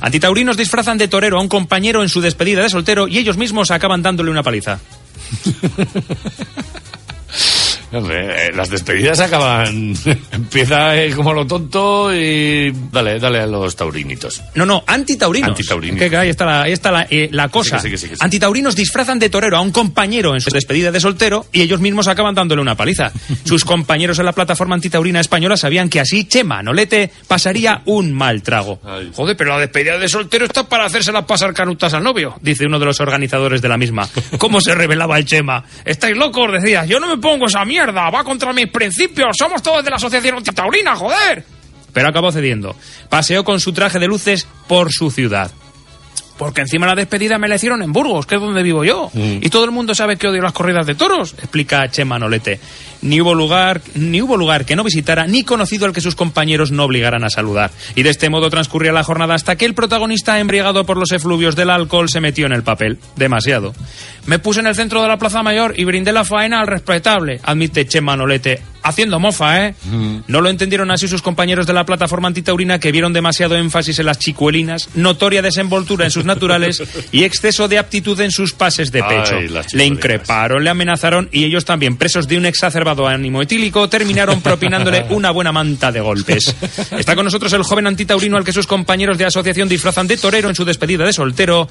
Antitaurinos disfrazan de torero a un compañero en su despedida de soltero y ellos mismos acaban dándole una paliza. Hombre, eh, las despedidas acaban. Empieza eh, como lo tonto y dale, dale a los taurinitos. No, no, antitaurinos. Antitaurinos. Que- que ahí está la, ahí está la, eh, la cosa. sí, que sí, que sí. Antitaurinos disfrazan de torero a un compañero en su despedida de soltero y ellos mismos acaban dándole una paliza. Sus compañeros en la plataforma antitaurina española sabían que así Chema Nolete pasaría un mal trago. Ay. Joder, pero la despedida de soltero está para hacérselas pasar canutas al novio, dice uno de los organizadores de la misma. ¿Cómo se revelaba el Chema? ¿Estáis locos? Decía, yo no me pongo esa mierda, va contra mis principios, somos todos de la asociación antitaurina, joder. Pero acabó cediendo. Paseó con su traje de luces por su ciudad. Porque encima la despedida me la hicieron en Burgos, que es donde vivo yo. Y todo el mundo sabe que odio las corridas de toros, explica Chema Nolete. Ni hubo lugar, ni hubo lugar que no visitara, ni conocido al que sus compañeros no obligaran a saludar. Y de este modo transcurría la jornada hasta que el protagonista, embriagado por los efluvios del alcohol, se metió en el papel. Demasiado. Me puse en el centro de la Plaza Mayor y brindé la faena al respetable, admite Chema Nolete. Haciendo mofa, ¿eh? No lo entendieron así sus compañeros de la plataforma antitaurina que vieron demasiado énfasis en las chicuelinas, notoria desenvoltura en sus naturales y exceso de aptitud en sus pases de Ay, pecho. las le chicuelinas. increparon, le amenazaron y ellos también, presos de un exacerbado ánimo etílico, terminaron propinándole una buena manta de golpes. Está con nosotros el joven antitaurino al que sus compañeros de asociación disfrazan de torero en su despedida de soltero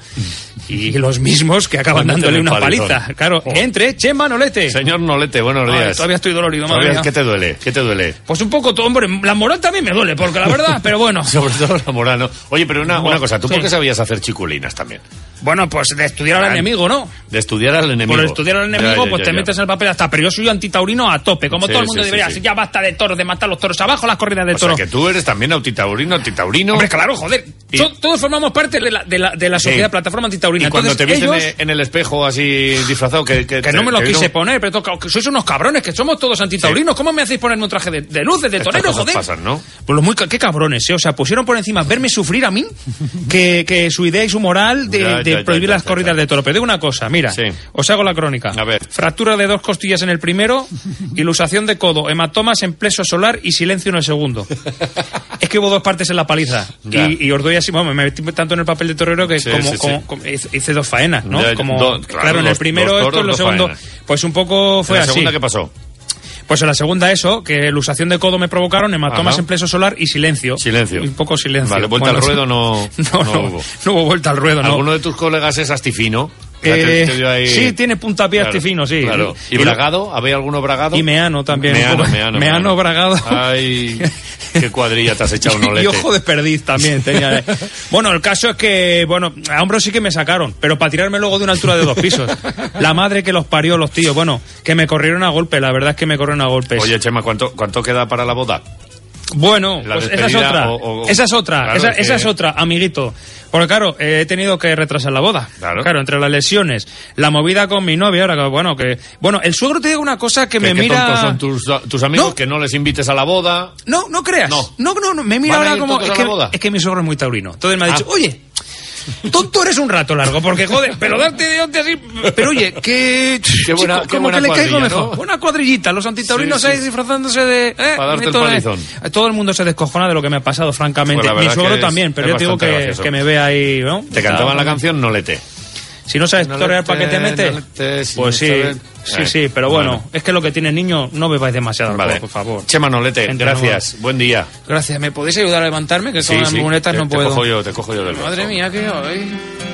y los mismos que acaban Le meten dándole un una palizón. paliza. Claro, entre Chema Nolete. Oh. Señor Nolete, buenos Ay, días. todavía estoy dolorido, madre Todavía- mía. ¿Qué te duele? ¿Qué te duele? Pues un poco, to- hombre, la moral también me duele, porque la verdad, pero bueno. Sobre todo la moral, ¿no? Oye, pero una, una cosa, ¿tú Sí. por qué sabías hacer chiculinas también? Bueno, pues de estudiar al Ah, enemigo, ¿no? De estudiar al enemigo. Por estudiar al Ya, enemigo, ya, pues ya, te ya. metes en el papel hasta. Pero yo soy antitaurino a tope, como Sí, todo el sí, mundo sí, debería. sí. ser. Ya basta de toros, de matar los toros abajo, las corridas de O sea, toros. que tú eres también autitaurino, antitaurino. Hombre, claro, joder. Y- To- Todos formamos parte de la, de la, de la Sí. sociedad plataforma Y antitaurina. cuando Entonces, te viste en ellos, el- en el espejo así disfrazado, que, que, que te- no me lo te vino- quise poner, pero to- que sois unos cabrones, que somos todos antitaurinos. ¿Cómo me hacéis ponerme un traje de, de luces, de Estas torero, cosas joder? pasan, ¿no? Pues los muy, ca- qué cabrones, ¿eh? O sea, pusieron por encima verme sufrir a mí que, que su idea y su moral de, Ya, de ya, ya, prohibir ya, las ya, corridas ya. de toro. Pero digo una cosa, mira, Sí. os hago la crónica. A ver. Fractura de dos costillas en el primero, ilusación de codo, hematomas en pleso solar y silencio en el segundo. es que hubo dos partes en la paliza. Ya. Y, y os doy así, bueno, me metí tanto en el papel de torero que Sí, como, sí, sí. como- como- hice hice dos faenas, ¿no? Ya, ya, como, dos, claro, claro, en el dos- primero dos esto, en toros, lo dos segundo. faenas. Pues un poco fue ¿En la así. segunda qué pasó? Pues en la segunda eso, que ilusación de codo me provocaron, hematomas Ajá. en pleso solar y silencio. Silencio. Un poco silencio. Vale, vuelta al ruedo no- no, no no, hubo. no hubo vuelta al ruedo, no. ¿Alguno de tus colegas es astifino? Ya Eh, te- te dio ahí- sí, tiene puntapié Claro, astifino, sí. claro. ¿Y, lo- bragado? ¿Habéis alguno bragado? y meano también. un Meano, poco. meano, Ah, bragado. Ay, qué cuadrilla te has echado, Y- Nolete. Y ojo de perdiz también tenía. eh. Bueno, el caso es que, bueno, a hombros sí que me sacaron, pero para tirarme luego de una altura de dos pisos. La madre que los parió, los tíos, bueno, que me corrieron a golpes, la verdad es que me corrieron a golpes. Oye, Chema, ¿cuánto, ¿cuánto queda para la boda? Bueno, La pues esa es despedida otra. o- o- esa es otra, Claro, esa, es que- esa es otra, amiguito. Porque claro, eh, he tenido que retrasar la boda. Claro. entre las lesiones, la movida con mi novia, ahora que, bueno, que bueno, el suegro te digo una cosa que ¿Qué, me qué mira tontos son tus, tus amigos No. que no les invites a la boda? No, no creas. No. no, no, no, me mira ¿Van a ahora ir como todos es a que, la boda? es que mi suegro es muy taurino. Entonces me ha Ah. dicho, "Oye, Tonto eres un rato largo, porque joder, pero darte de onte así. Pero oye, que. Qué buena- chico, qué como buena que le caigo cuadrilla, mejor. ¿no? Una cuadrillita, los antitaurinos Sí, sí. ahí disfrazándose de. eh, Para darte el todo, palizón. eh, todo el mundo se descojona de lo que me ha pasado, francamente. Pues la mi verdad suegro que es- también, pero es yo te digo bastante que, gracioso. que me ve ahí. ¿no? ¿Te Está- cantaban la canción Nolete? Si no sabes No le torear, te- ¿para qué te metes? no le te- si pues no sí. sabes- Sí, Eh, sí, pero bueno, bueno. es que lo que tienes niño, no bebáis demasiado, alcohol, Vale. por favor. Chema Nolete, Gente, gracias. Buen día. Gracias, ¿me podéis ayudar a levantarme? Que Sí, con las sí, muletas te, no te puedo. cojo yo, te cojo yo del brazo. Madre mía, que hoy.